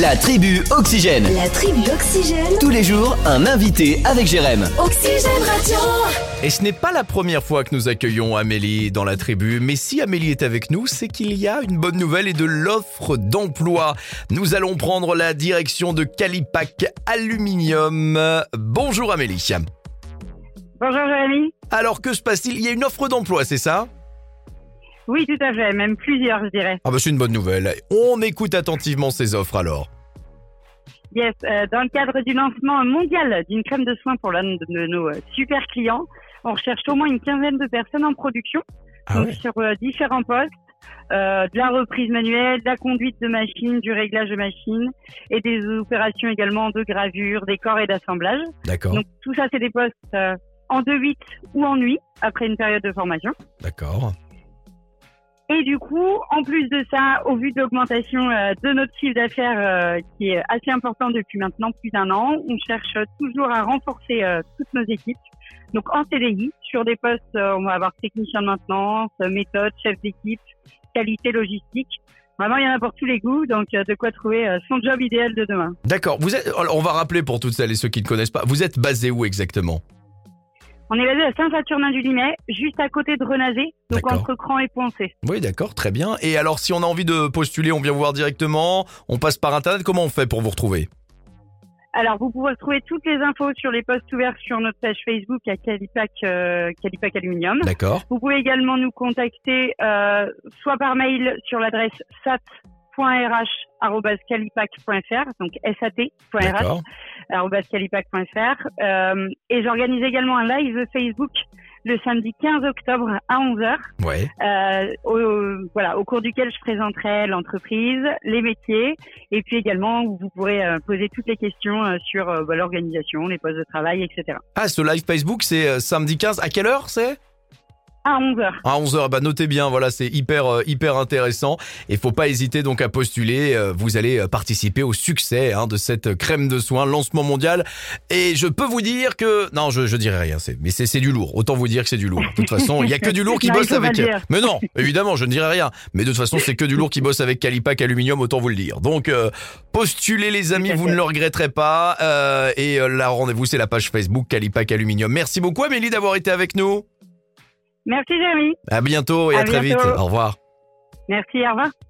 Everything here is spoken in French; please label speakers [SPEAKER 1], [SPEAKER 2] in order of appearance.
[SPEAKER 1] La tribu Oxygène.
[SPEAKER 2] La tribu Oxygène.
[SPEAKER 1] Tous les jours, un invité avec Jérém.
[SPEAKER 2] Oxygène Radio.
[SPEAKER 3] Et ce n'est pas la première fois que nous accueillons Amélie dans la tribu, mais si Amélie est avec nous, c'est qu'il y a une bonne nouvelle et de l'offre d'emploi. Nous allons prendre la direction de Calipac Aluminium. Bonjour Amélie.
[SPEAKER 4] Bonjour Jérémy.
[SPEAKER 3] Alors que se passe-t-il Il y a une offre d'emploi, c'est ça
[SPEAKER 4] Oui, tout à fait, même plusieurs, je dirais.
[SPEAKER 3] Ah bah c'est une bonne nouvelle. On écoute attentivement ces offres alors.
[SPEAKER 4] Yes, euh, dans le cadre du lancement mondial d'une crème de soin pour l'un de, de nos euh, super clients, on recherche au moins une quinzaine de personnes en production,
[SPEAKER 3] Ah
[SPEAKER 4] donc sur euh, différents postes, euh, de la reprise manuelle, de la conduite de machines, du réglage de machines et des opérations également de gravure, des corps et d'assemblage.
[SPEAKER 3] Ah, D'accord,
[SPEAKER 4] Donc tout ça, c'est des postes euh, en 2-8 ou en nuit après une période de formation.
[SPEAKER 3] d'accord.
[SPEAKER 4] Et du coup, en plus de ça, au vu de l'augmentation euh, de notre chiffre d'affaires euh, qui est assez important depuis maintenant plus d'un an, on cherche toujours à renforcer euh, toutes nos équipes. Donc en CDI, sur des postes, euh, on va avoir technicien de maintenance, euh, méthode, chef d'équipe, qualité logistique. Vraiment, il y en a pour tous les goûts, donc euh, de quoi trouver euh, son job idéal de demain.
[SPEAKER 3] D'accord, vous êtes... alors, on va rappeler pour toutes celles et ceux qui ne connaissent pas, vous êtes basé où exactement
[SPEAKER 4] On est basé à Saint-Saturnin-du-Limet, juste à côté de Renazé, donc
[SPEAKER 3] D'accord.
[SPEAKER 4] entre Cran et Poncé.
[SPEAKER 3] Oui, d'accord, très bien. Et alors si on a envie de postuler, on vient vous voir directement, on passe par Internet, comment on fait pour vous retrouver
[SPEAKER 4] Alors, vous pouvez retrouver toutes les infos sur les posts ouverts sur notre page Facebook à Calipac, euh, Calipac Aluminium.
[SPEAKER 3] D'accord,
[SPEAKER 4] Vous pouvez également nous contacter euh, soit par mail sur l'adresse sat.rh@calipac.fr, donc sat.rh@calipac.fr.
[SPEAKER 3] d'accord.
[SPEAKER 4] Euh, et j'organise également un live Facebook le samedi 15 octobre à 11h,
[SPEAKER 3] Ouais.
[SPEAKER 4] euh, au, voilà, au cours duquel je présenterai l'entreprise, les métiers, et puis également où vous pourrez euh, poser toutes les questions euh, sur euh, bah, l'organisation, les postes de travail, etc.
[SPEAKER 3] Ah, ce live Facebook, c'est euh, samedi 15. À quelle heure c'est
[SPEAKER 4] À 11h.
[SPEAKER 3] À 11h. Bah, notez bien, voilà, c'est hyper, euh, hyper intéressant. Et faut pas hésiter donc à postuler. Euh, Vous allez euh, participer au succès hein, de cette crème de soins, lancement mondial. Et je peux vous dire que. Non, je, je dirai rien, c'est, mais c'est, c'est du lourd. Autant vous dire que c'est du lourd. De toute façon, il y a que du lourd qui
[SPEAKER 4] Non, il
[SPEAKER 3] bosse
[SPEAKER 4] faut pas
[SPEAKER 3] avec. euh,
[SPEAKER 4] le dire.
[SPEAKER 3] Mais non, évidemment, je ne dirai rien. Mais de toute façon, c'est que du lourd qui bosse avec Calipac Aluminium, autant vous le dire. Donc, euh, postulez les amis,
[SPEAKER 4] Tout à
[SPEAKER 3] vous ne
[SPEAKER 4] fait.
[SPEAKER 3] le regretterez pas. Euh, et euh, là, rendez-vous, c'est la page Facebook Calipac Aluminium. Merci beaucoup, Amélie, d'avoir été avec nous.
[SPEAKER 4] Merci Jérémy.
[SPEAKER 3] À bientôt et à,
[SPEAKER 4] À
[SPEAKER 3] très vite.
[SPEAKER 4] bientôt.
[SPEAKER 3] Au revoir.
[SPEAKER 4] Merci, au revoir.